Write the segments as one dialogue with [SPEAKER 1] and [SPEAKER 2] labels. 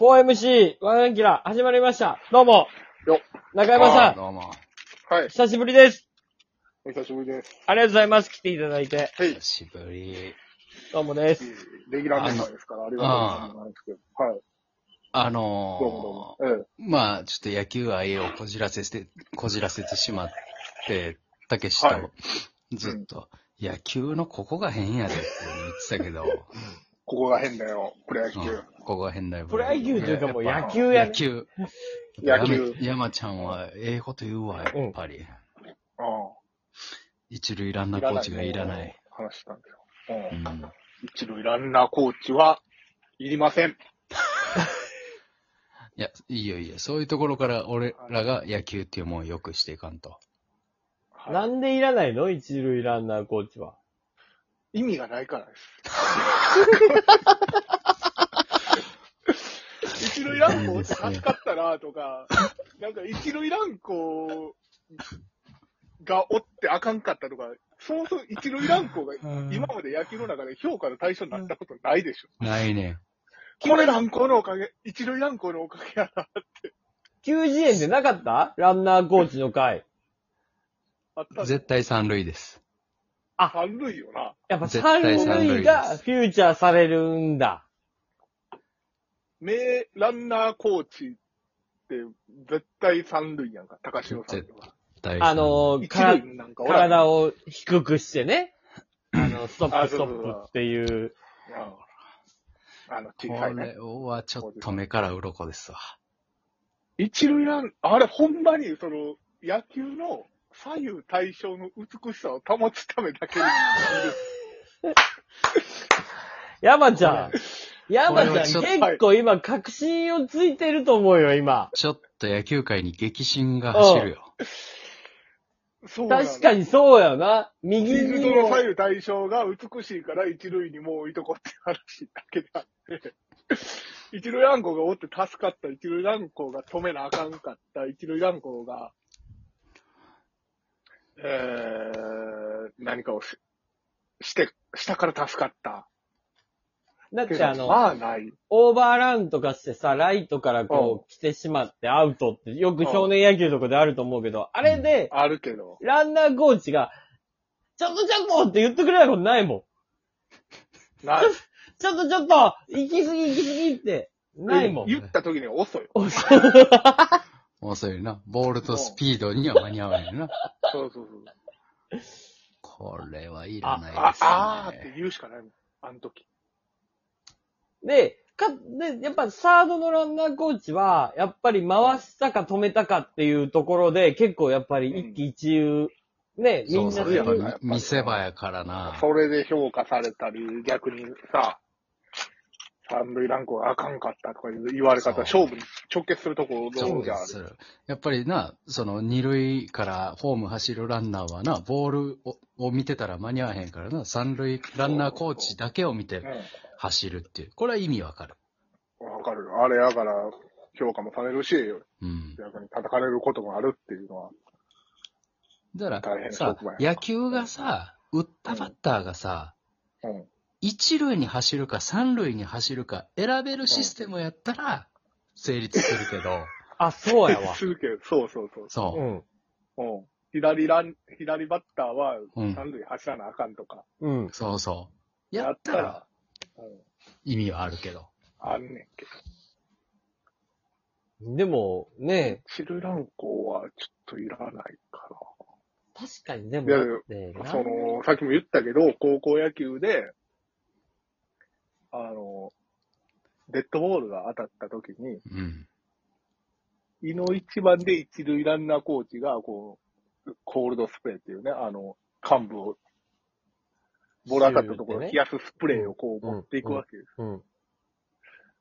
[SPEAKER 1] 4MC、ワンアンキラー、始まりました。どうも。
[SPEAKER 2] よ
[SPEAKER 1] 中山
[SPEAKER 3] あ
[SPEAKER 1] さ
[SPEAKER 3] ーどうも。
[SPEAKER 2] はい。
[SPEAKER 1] ん、久しぶりです。
[SPEAKER 2] お久しぶりです。
[SPEAKER 1] ありがとうございます。来ていただいて。
[SPEAKER 2] はい。
[SPEAKER 3] 久しぶり。
[SPEAKER 1] どうもです。
[SPEAKER 2] レギュラーメンバーですから、ありがとうございます。はい。
[SPEAKER 3] あ
[SPEAKER 2] どうも
[SPEAKER 3] の
[SPEAKER 2] どうも。え
[SPEAKER 3] ー、まあ、ちょっと野球愛をこじらせて、こじらせてしまって、たけしと、
[SPEAKER 2] はい
[SPEAKER 3] ずっと、野球のここが変やでって言ってた けど、
[SPEAKER 2] え、ここが変だよ。プロ野
[SPEAKER 3] う
[SPEAKER 2] 球。
[SPEAKER 3] んここが変だよ。
[SPEAKER 1] プロ野球というかもう
[SPEAKER 3] やっ
[SPEAKER 1] 野
[SPEAKER 3] ぱ
[SPEAKER 1] 球やね
[SPEAKER 3] 野。球。
[SPEAKER 2] 野球
[SPEAKER 3] やめ山ちゃんはええこと言うわ、やっぱり。
[SPEAKER 2] う
[SPEAKER 3] 一塁ラン
[SPEAKER 2] ん。
[SPEAKER 3] ナーコーチがいらない。。
[SPEAKER 2] 話したんだよ。
[SPEAKER 3] う
[SPEAKER 2] うん。
[SPEAKER 3] ん。
[SPEAKER 2] 一塁ランナーコーチは、いりません。
[SPEAKER 3] いや、いいよいいよ。そういうところから俺らが野球っていうもんを良くしていかんと。
[SPEAKER 2] はい
[SPEAKER 1] なんでいらないの一塁ランナーコーチは。
[SPEAKER 2] 意味がないから です。一塁ランコーチ助かったなとか、なんか一塁ランコがおってあかんかったとか、そもそも一塁ランコが今まで野球の中で評価の対象になったことないでしょ。
[SPEAKER 3] ないね。
[SPEAKER 2] これランコのおかげ、一塁ランコのおかげやな。
[SPEAKER 1] 90円でなかったランナーコーチの会。
[SPEAKER 2] あった
[SPEAKER 3] 絶対三塁です。
[SPEAKER 2] 三塁よな。
[SPEAKER 1] やっぱ
[SPEAKER 3] 絶
[SPEAKER 1] 三
[SPEAKER 3] 対
[SPEAKER 2] 三
[SPEAKER 1] 塁
[SPEAKER 3] 塁
[SPEAKER 1] が
[SPEAKER 3] で
[SPEAKER 1] フューチャーされるんだ。
[SPEAKER 2] 名ランナーコーチって絶対三塁やんか、高城さんとか。
[SPEAKER 3] 大
[SPEAKER 1] あのー、
[SPEAKER 2] 一
[SPEAKER 1] から
[SPEAKER 2] 塁なんかおらん
[SPEAKER 1] 体を低くしてね。あの、ストッ
[SPEAKER 2] あ
[SPEAKER 1] プス
[SPEAKER 2] そうそ
[SPEAKER 1] ト
[SPEAKER 2] うそう
[SPEAKER 1] ップっていう。
[SPEAKER 2] うんあの、小
[SPEAKER 3] こ
[SPEAKER 2] さいね
[SPEAKER 3] れ。はちょっと目から鱗ですわ。
[SPEAKER 2] 一塁ラン、あれ、ほんまに、その、野球の左右対称の美しさを保つためだけに。
[SPEAKER 1] 山ちゃん。山
[SPEAKER 3] これは
[SPEAKER 1] ち
[SPEAKER 3] ち
[SPEAKER 1] ゃ
[SPEAKER 3] ょ
[SPEAKER 1] ん、
[SPEAKER 3] っと
[SPEAKER 1] 結構今、確信をついてると思うよ、今。
[SPEAKER 3] ちょっと野球界に激震が走るよ。
[SPEAKER 2] そうなの
[SPEAKER 1] 確か。にそうやな。
[SPEAKER 2] フ
[SPEAKER 1] 右
[SPEAKER 2] ィ
[SPEAKER 1] に
[SPEAKER 2] ールドの
[SPEAKER 1] も
[SPEAKER 2] 左右対称が美しいから一塁にもう置いとこうって話だけであって。一塁ランコがおって助かった、一塁ランコが止めなあかんかった、一塁ランコが、えー、何かをしして、下から助かった。
[SPEAKER 1] だっ
[SPEAKER 2] け
[SPEAKER 1] てあ
[SPEAKER 2] ど、
[SPEAKER 1] の、
[SPEAKER 2] まあない。
[SPEAKER 1] オーバーランとかしてさ、ライトからこう来てしまってアウトって、よく少年野球とかであると思うけど、あれで、
[SPEAKER 2] あるけど。
[SPEAKER 1] ランナーコーチが、ちょっとちょっとって言ってくれないことないもん。
[SPEAKER 2] な
[SPEAKER 1] ちょっとちょっと行き過ぎ行き過ぎって、ないもん。
[SPEAKER 2] 言った時に遅い。
[SPEAKER 3] もうそういうな。ボールとスピードには間に合わないな。
[SPEAKER 2] そうそうそう。
[SPEAKER 3] これはいらない
[SPEAKER 2] あ
[SPEAKER 3] で、す
[SPEAKER 2] あーって
[SPEAKER 3] ね。
[SPEAKER 2] 言うしかないもん。あの時。
[SPEAKER 1] で、か、で、やっぱサードのランナーコーチは、やっぱり回したか止めたかっていうところで、結構やっぱり一喜一憂、ね、みん
[SPEAKER 3] そ
[SPEAKER 1] な
[SPEAKER 3] うそう、
[SPEAKER 1] す
[SPEAKER 3] や
[SPEAKER 1] る
[SPEAKER 3] っぱ見見せ場やからな。
[SPEAKER 2] それで評価されたり、逆にさ、三塁ランクはあかんかったとかいう言われ方、
[SPEAKER 3] そう
[SPEAKER 2] 勝負に直結するところじゃあ
[SPEAKER 3] す
[SPEAKER 2] る。
[SPEAKER 3] る。やっぱりな、その二塁からホーム走るランナーはな、ボールをを見てたら間に合わへんからな、三塁ランナーコーチだけを見て走るっていう。これは意味わかる。
[SPEAKER 2] うん。わかるよ。あれやから、評価もされるし、
[SPEAKER 3] うん。
[SPEAKER 2] 逆に叩かれることもあるっていうのは。
[SPEAKER 3] だか
[SPEAKER 2] 大変
[SPEAKER 3] ら
[SPEAKER 2] な
[SPEAKER 3] さ
[SPEAKER 2] 職場や、な
[SPEAKER 3] 野球がさ、打ったバッターがさ、
[SPEAKER 2] うん。
[SPEAKER 3] 一塁に走るか三塁に走るか選べるシステムやったら成立するけど、
[SPEAKER 1] あ、そうやわ。
[SPEAKER 2] するけど、 そうそうそう
[SPEAKER 1] う
[SPEAKER 3] そ
[SPEAKER 1] ん。
[SPEAKER 2] うん。左ラン、左バッターは
[SPEAKER 3] うん
[SPEAKER 2] 三塁走らなあかんとか。
[SPEAKER 1] うん
[SPEAKER 3] う、。そうそう。やったら、
[SPEAKER 2] うん。
[SPEAKER 3] 意味はあるけど。
[SPEAKER 2] あんねんけど。
[SPEAKER 1] でも、ね、
[SPEAKER 2] チルランコはちょっといらないか
[SPEAKER 1] 確かにでも
[SPEAKER 2] いや
[SPEAKER 1] だ
[SPEAKER 2] いや
[SPEAKER 1] って
[SPEAKER 2] な。
[SPEAKER 1] な、
[SPEAKER 2] その、さっきも言ったけど、高校野球で、あの、デッドボールが当たった時に、
[SPEAKER 3] うん。
[SPEAKER 2] 井の一番で一塁ランナーコーチが、こう、コールドスプレーっていうね、あの、幹部を、ボール当たったところ、冷
[SPEAKER 1] ね。
[SPEAKER 2] やすスプレーをこう持っていくわけです。
[SPEAKER 1] うん。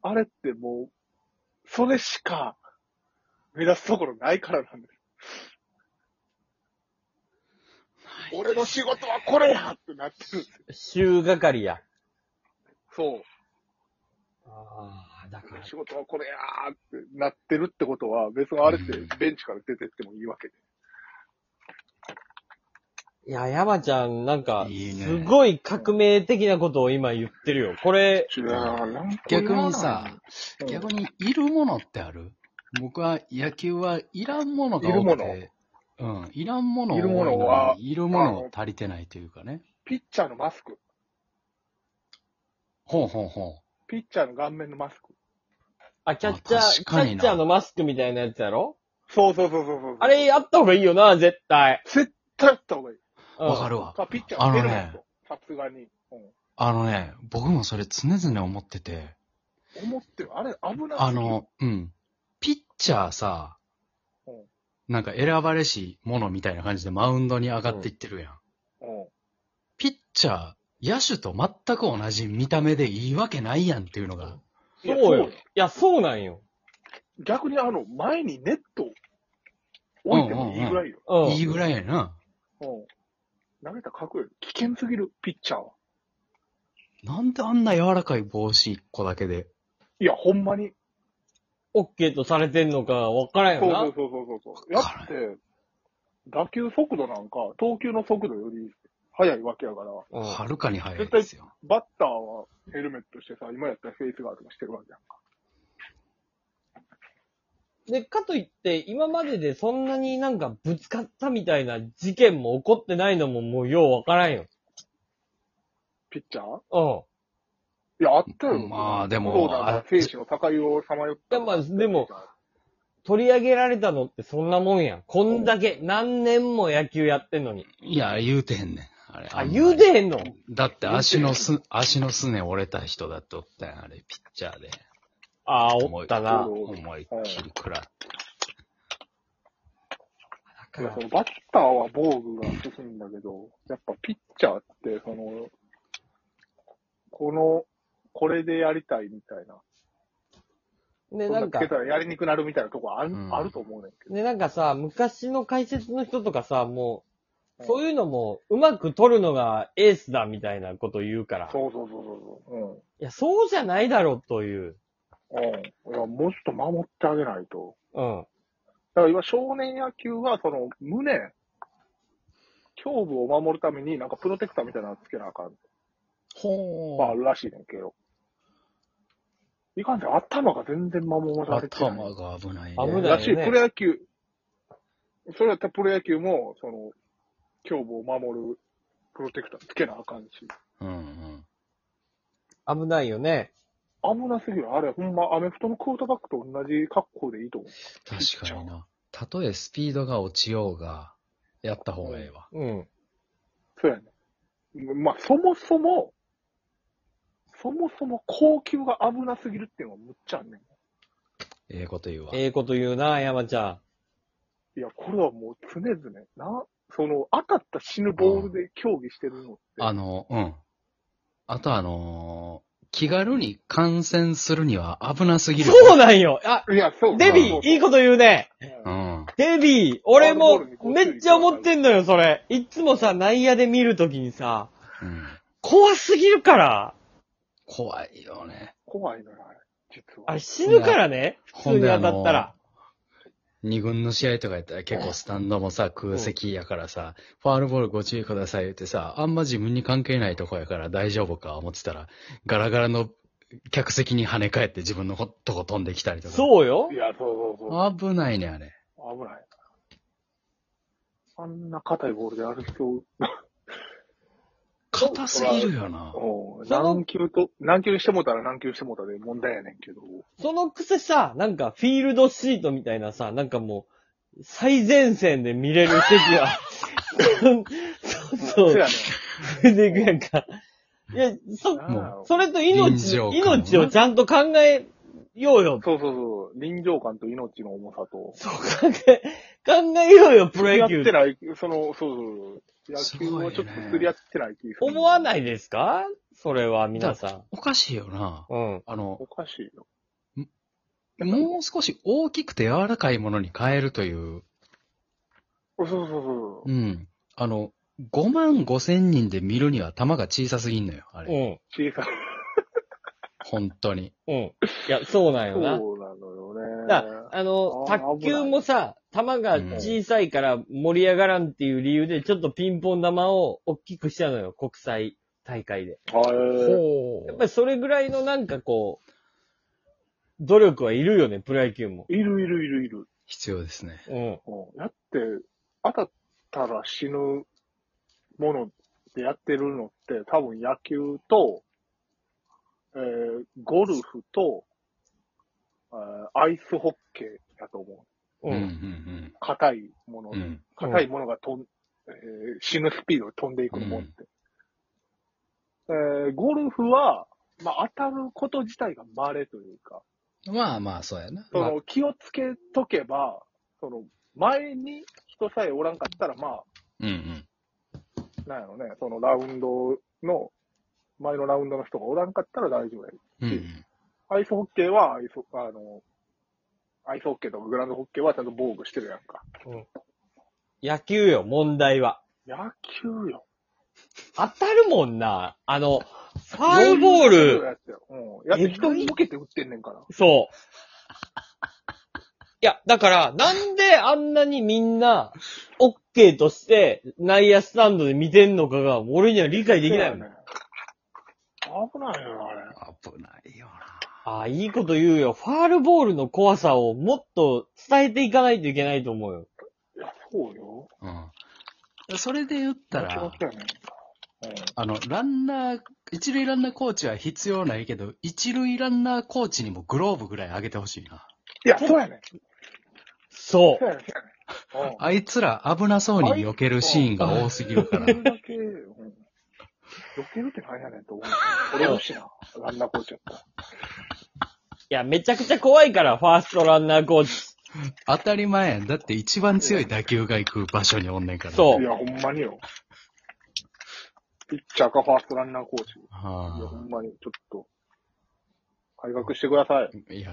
[SPEAKER 2] あれってもう、それしか目立つところないからなんです。俺の仕事はこれやってなってるんですよ。
[SPEAKER 1] 週係や。
[SPEAKER 2] そう。
[SPEAKER 1] ああ、だから。
[SPEAKER 2] 仕事はこれやーってなってるってことは、別にあれってベンチから出てってもいいわけで。
[SPEAKER 1] いや、山ちゃん、なんか、
[SPEAKER 3] いいね
[SPEAKER 1] すごい革命的なことを今言ってるよ。これ、
[SPEAKER 2] 違うな。
[SPEAKER 3] 逆にさ、
[SPEAKER 2] うん
[SPEAKER 3] 逆にいるものってある僕は野球はいらんものが多くて、うん、いらんもの多いのに
[SPEAKER 2] いるものはい
[SPEAKER 3] るもの足りてないというかね。
[SPEAKER 2] ピッチャーのマスク。
[SPEAKER 3] ほうほうほう。
[SPEAKER 2] ピッチャーの顔面のマスク。
[SPEAKER 1] あ、キャッチャ
[SPEAKER 3] あ
[SPEAKER 1] ー、
[SPEAKER 3] 確
[SPEAKER 1] キ
[SPEAKER 3] か
[SPEAKER 1] ャ
[SPEAKER 3] に
[SPEAKER 1] ッ
[SPEAKER 3] な
[SPEAKER 1] チャーのマスクみたいなやつやろ
[SPEAKER 2] そうそうそうそうそう。
[SPEAKER 1] あれやった方がいいよな、絶対。
[SPEAKER 2] 絶対やった方がいい。
[SPEAKER 1] うん
[SPEAKER 3] わかるわ。
[SPEAKER 2] か、ピッチャーのヘルメット。さすがに。うん
[SPEAKER 3] あのね、僕もそれ常々思ってて、
[SPEAKER 2] 思ってる。あれ、危ない。
[SPEAKER 3] あ、の、うん、ピッチャーさ
[SPEAKER 2] うん、
[SPEAKER 3] なんか選ばれし者みたいな感じでマウンドに上がっていってるやん。
[SPEAKER 2] うん。
[SPEAKER 3] ピッチャー、野手と全く同じ見た目でいいわけないやんっていうのが。
[SPEAKER 2] いや
[SPEAKER 1] そうよ。
[SPEAKER 2] よ
[SPEAKER 1] いや、そうなんよ。
[SPEAKER 2] 逆にあの、前にネット置いてもいいぐらいよ。
[SPEAKER 1] うん。
[SPEAKER 3] いいぐらいやな。
[SPEAKER 2] うん。投げたらかっこいい。危険すぎる、ピッチャーは。
[SPEAKER 3] なんであんな柔らかい帽子一個だけで。
[SPEAKER 2] いや、ほんまに。
[SPEAKER 1] オッケーとされてんのか、わからん
[SPEAKER 2] そう
[SPEAKER 1] よな。
[SPEAKER 2] そうそうそうそう。やって、打球速度なんか、投球の速度より速いわけやから、
[SPEAKER 1] うん
[SPEAKER 3] はるかに早いですよ。
[SPEAKER 2] バッターはヘルメットしてさ、今やったらフェイスガードもしてるわけやんか。
[SPEAKER 1] で、かといって、今まででそんなになんかぶつかったみたいな事件も起こってないのももうようわからんよ。
[SPEAKER 2] ピッチャー
[SPEAKER 1] うん。
[SPEAKER 2] いや、あったよ。
[SPEAKER 3] まあでも
[SPEAKER 2] そうだ
[SPEAKER 3] あ
[SPEAKER 2] な、生死の境をさまよった。
[SPEAKER 1] いやまあでも、取り上げられたのってそんなもんやん。こんだけ何年も野球やってんのに。
[SPEAKER 3] いや、言うてへんねん。あれ。
[SPEAKER 1] あ、
[SPEAKER 3] んまり
[SPEAKER 1] 言うてへんの
[SPEAKER 3] だって足のす、足のすね折れた人だっておったやん、あれ、ピッチャーで。
[SPEAKER 1] ああ、おったな。
[SPEAKER 3] 思いっきり食らって。
[SPEAKER 2] いやそのバッターは防具が進んだけど、やっぱピッチャーって、その、この、これでやりたいみたいな。
[SPEAKER 1] で、
[SPEAKER 2] そん
[SPEAKER 1] な
[SPEAKER 2] なんつ
[SPEAKER 1] か
[SPEAKER 2] け、たらやりにくなるみたいなとこある,、
[SPEAKER 3] うん
[SPEAKER 2] あると思うねんけど。
[SPEAKER 1] で、なんかさ、昔の解説の人とかさ、もう、
[SPEAKER 2] うん
[SPEAKER 1] そういうのも、うまく取るのがエースだみたいなこと言うから。い
[SPEAKER 2] そうそうそうそうそ
[SPEAKER 1] や、そうじゃないだろうという。
[SPEAKER 2] う。うん。うん。いや、もうちょっと守ってあげないと。
[SPEAKER 1] うん。
[SPEAKER 2] だから今、少年野球は、その、胸、胸部を守るために、なんかプロテクターみたいなのつけなあかん。
[SPEAKER 3] ほ
[SPEAKER 2] まあ、あるらしいねんけど。いかんせん、頭が全然守られてない。
[SPEAKER 3] 頭が危ないね。
[SPEAKER 1] 危ない
[SPEAKER 2] だし、プロ野球、それやったらプロ野球も、その、胸部を守るプロテクターつけなあかんし、
[SPEAKER 3] うんうん。
[SPEAKER 1] 危ないよね。
[SPEAKER 2] 危なすぎる。あれ、ほんま、アメフトのクォーターバックと同じ格好でいいと思う。
[SPEAKER 3] 確かにな。たとえスピードが落ちようが、やった方がええわ。
[SPEAKER 1] うん。
[SPEAKER 2] そうやね。まあ、そもそも、そもそも高級が危なすぎるっていうのはむっちゃあんね
[SPEAKER 3] ええこと言うわ。
[SPEAKER 1] ええこと言うな、山ちゃ
[SPEAKER 2] ん。いや、これはもう常々な、その、当たった死ぬボールで競技してるのって。
[SPEAKER 3] あの、うん。あとあのー気軽に感染するには危なす
[SPEAKER 1] ん。
[SPEAKER 3] ぎる。
[SPEAKER 1] そうなんよあ、
[SPEAKER 2] いや、そう。
[SPEAKER 1] デビ
[SPEAKER 2] そう
[SPEAKER 1] ー、いいこと言うね。
[SPEAKER 2] う
[SPEAKER 3] うんん。
[SPEAKER 1] デビー、俺も、めっちゃ思ってんのよ、それ。いっつもさ、内野で見るときにさ、
[SPEAKER 3] うん。
[SPEAKER 1] 怖すぎるから。
[SPEAKER 3] 怖いよね。
[SPEAKER 2] 怖いのよ、あれ。実は。
[SPEAKER 1] あれ死ぬからね。普
[SPEAKER 3] ほ
[SPEAKER 1] 通
[SPEAKER 3] ん
[SPEAKER 1] に
[SPEAKER 3] であ
[SPEAKER 1] 当
[SPEAKER 3] の
[SPEAKER 1] たったら。
[SPEAKER 3] 二軍の試合とかやったら結構スタンドもさ、空席やからさ、ファールボールご注意ください言ってさ、あんま自分に関係ないとこやから大丈夫か思ってたら、ガラガラの客席に跳ね返って自分のことこ飛んできたりとか。
[SPEAKER 1] そうよ
[SPEAKER 2] い。や、そうそうそう。
[SPEAKER 3] 危ないね、あれ。
[SPEAKER 2] 危ない。あんな硬いボールで歩きそう。
[SPEAKER 3] 硬すぎるよな。
[SPEAKER 2] うん
[SPEAKER 1] その
[SPEAKER 2] 何球と、何球してもうたら何球してもうたで問題やねんけど。
[SPEAKER 1] そのくせさ、なんかフィールドシートみたいなさ、なんかもう、最前線で見れる席は、 そうそう
[SPEAKER 2] や
[SPEAKER 1] そう、そ
[SPEAKER 2] ね
[SPEAKER 1] れでいくやんか。いや、そ、
[SPEAKER 2] ん。なんやろ
[SPEAKER 1] それと命、
[SPEAKER 3] 臨場感
[SPEAKER 1] 命をちゃんと考えようよ。
[SPEAKER 2] そうそうそう。臨場感と命の重さと。
[SPEAKER 1] そう考え、考えようよ、プロ
[SPEAKER 2] や
[SPEAKER 1] 野
[SPEAKER 2] っ
[SPEAKER 1] 球
[SPEAKER 2] て。ない、その、そうそ
[SPEAKER 3] す
[SPEAKER 2] う。野球
[SPEAKER 3] ごいね
[SPEAKER 2] はちょっと釣り合ってない気がする。
[SPEAKER 1] 思わ
[SPEAKER 2] い
[SPEAKER 1] ないですかそれは、皆さ
[SPEAKER 3] おかしいよ
[SPEAKER 1] ん。
[SPEAKER 3] な。
[SPEAKER 1] うん。
[SPEAKER 3] あの
[SPEAKER 2] お、かしいよ。
[SPEAKER 3] もう少し大きくて柔らかいものに変えるという、
[SPEAKER 2] そうそうそう
[SPEAKER 3] う。ん。あの、5万5千人で見るには球が小さすぎんのよ、あ
[SPEAKER 1] う
[SPEAKER 3] れ。
[SPEAKER 1] ん。
[SPEAKER 2] 小さい。
[SPEAKER 3] 本当に。
[SPEAKER 1] うん。いや、そうなんよ
[SPEAKER 2] そう
[SPEAKER 1] な
[SPEAKER 2] な。のよね。
[SPEAKER 1] だあの、
[SPEAKER 2] あー
[SPEAKER 1] 卓球もさ、球が小さいから盛り上がらんっていう理由で、ちょっとピンポン玉を大きくしたのよ、国際大会で。
[SPEAKER 2] は
[SPEAKER 3] ほ
[SPEAKER 1] やっぱりそれぐらいのなんかこう、努力はいるよね、プロ野球も。
[SPEAKER 2] い。いるいるいるいる。
[SPEAKER 3] 必要ですね。
[SPEAKER 1] うん。
[SPEAKER 2] うんだって、当たったら死ぬものでやってるのって、多分野球と、えーゴルフと、えーアイスホッケーだと思う。
[SPEAKER 1] う
[SPEAKER 3] うん
[SPEAKER 1] ん。
[SPEAKER 2] 硬いもの
[SPEAKER 3] うんう、ん。
[SPEAKER 2] 硬いものが飛ん、えー死ぬスピードで飛んでいくもんって。えーゴルフは、まあ、当たること自体が稀というか、
[SPEAKER 3] うん。まあまあ、そうやな。
[SPEAKER 2] そ
[SPEAKER 3] まあ
[SPEAKER 2] の気をつけとけば、その前に人さえおらんかったら、ま
[SPEAKER 3] うんうん。
[SPEAKER 2] あ、なんやろね、そのラウンドの、前のラウンドの人がおらんかったら大丈夫や。
[SPEAKER 3] うんうん。
[SPEAKER 2] アイスホッケーはアイス、あの、アイスホッケーとかグランドホッケーはちゃんと防具してるやんか。
[SPEAKER 1] 野球よ、問題は。
[SPEAKER 2] 野球よ。
[SPEAKER 1] 当たるもんな。あの、ファウボール。
[SPEAKER 2] やってようん。やって人に向けて打ってんねんから。
[SPEAKER 1] そう。いや、だから、なんであんなにみんな、オッケーとして、内野スタンドで見てんのかが、俺には理解できないもん。
[SPEAKER 2] ね。危ないよ、あれ。
[SPEAKER 3] 危ないよ
[SPEAKER 1] ああ、いいこと言うよ。ファールボールの怖さをもっと伝えていかないといけないと思うよ。
[SPEAKER 2] いや、そうよ。
[SPEAKER 3] な。うん。それで言った
[SPEAKER 2] 気持
[SPEAKER 3] ら
[SPEAKER 2] ち、やねん。
[SPEAKER 3] あの、ランナー、一塁ランナーコーチは必要ないけど、一塁ランナーコーチにもグローブぐらいあげてほしいな。
[SPEAKER 2] いや、そうやねん。
[SPEAKER 1] そ
[SPEAKER 2] そうやねん、そうやねん。
[SPEAKER 3] あいつら危なそうに避けるシーンが多すぎるから。
[SPEAKER 2] うん。避けるだけ、うん。避けるってなんやねんと思う。俺もしな、ランナーコーチやったら。
[SPEAKER 1] う。いや、めちゃくちゃ怖いから、ファーストランナーコーチ。
[SPEAKER 3] 当たり前やん。だって一番強い打球が行く場所におんねんから。
[SPEAKER 1] そう
[SPEAKER 2] いや、ほんまによ。ピッチャーかファーストランナーコーチ。いや、ほ
[SPEAKER 3] は
[SPEAKER 2] んまに、ちょっと、改革してください。
[SPEAKER 3] あ、いや、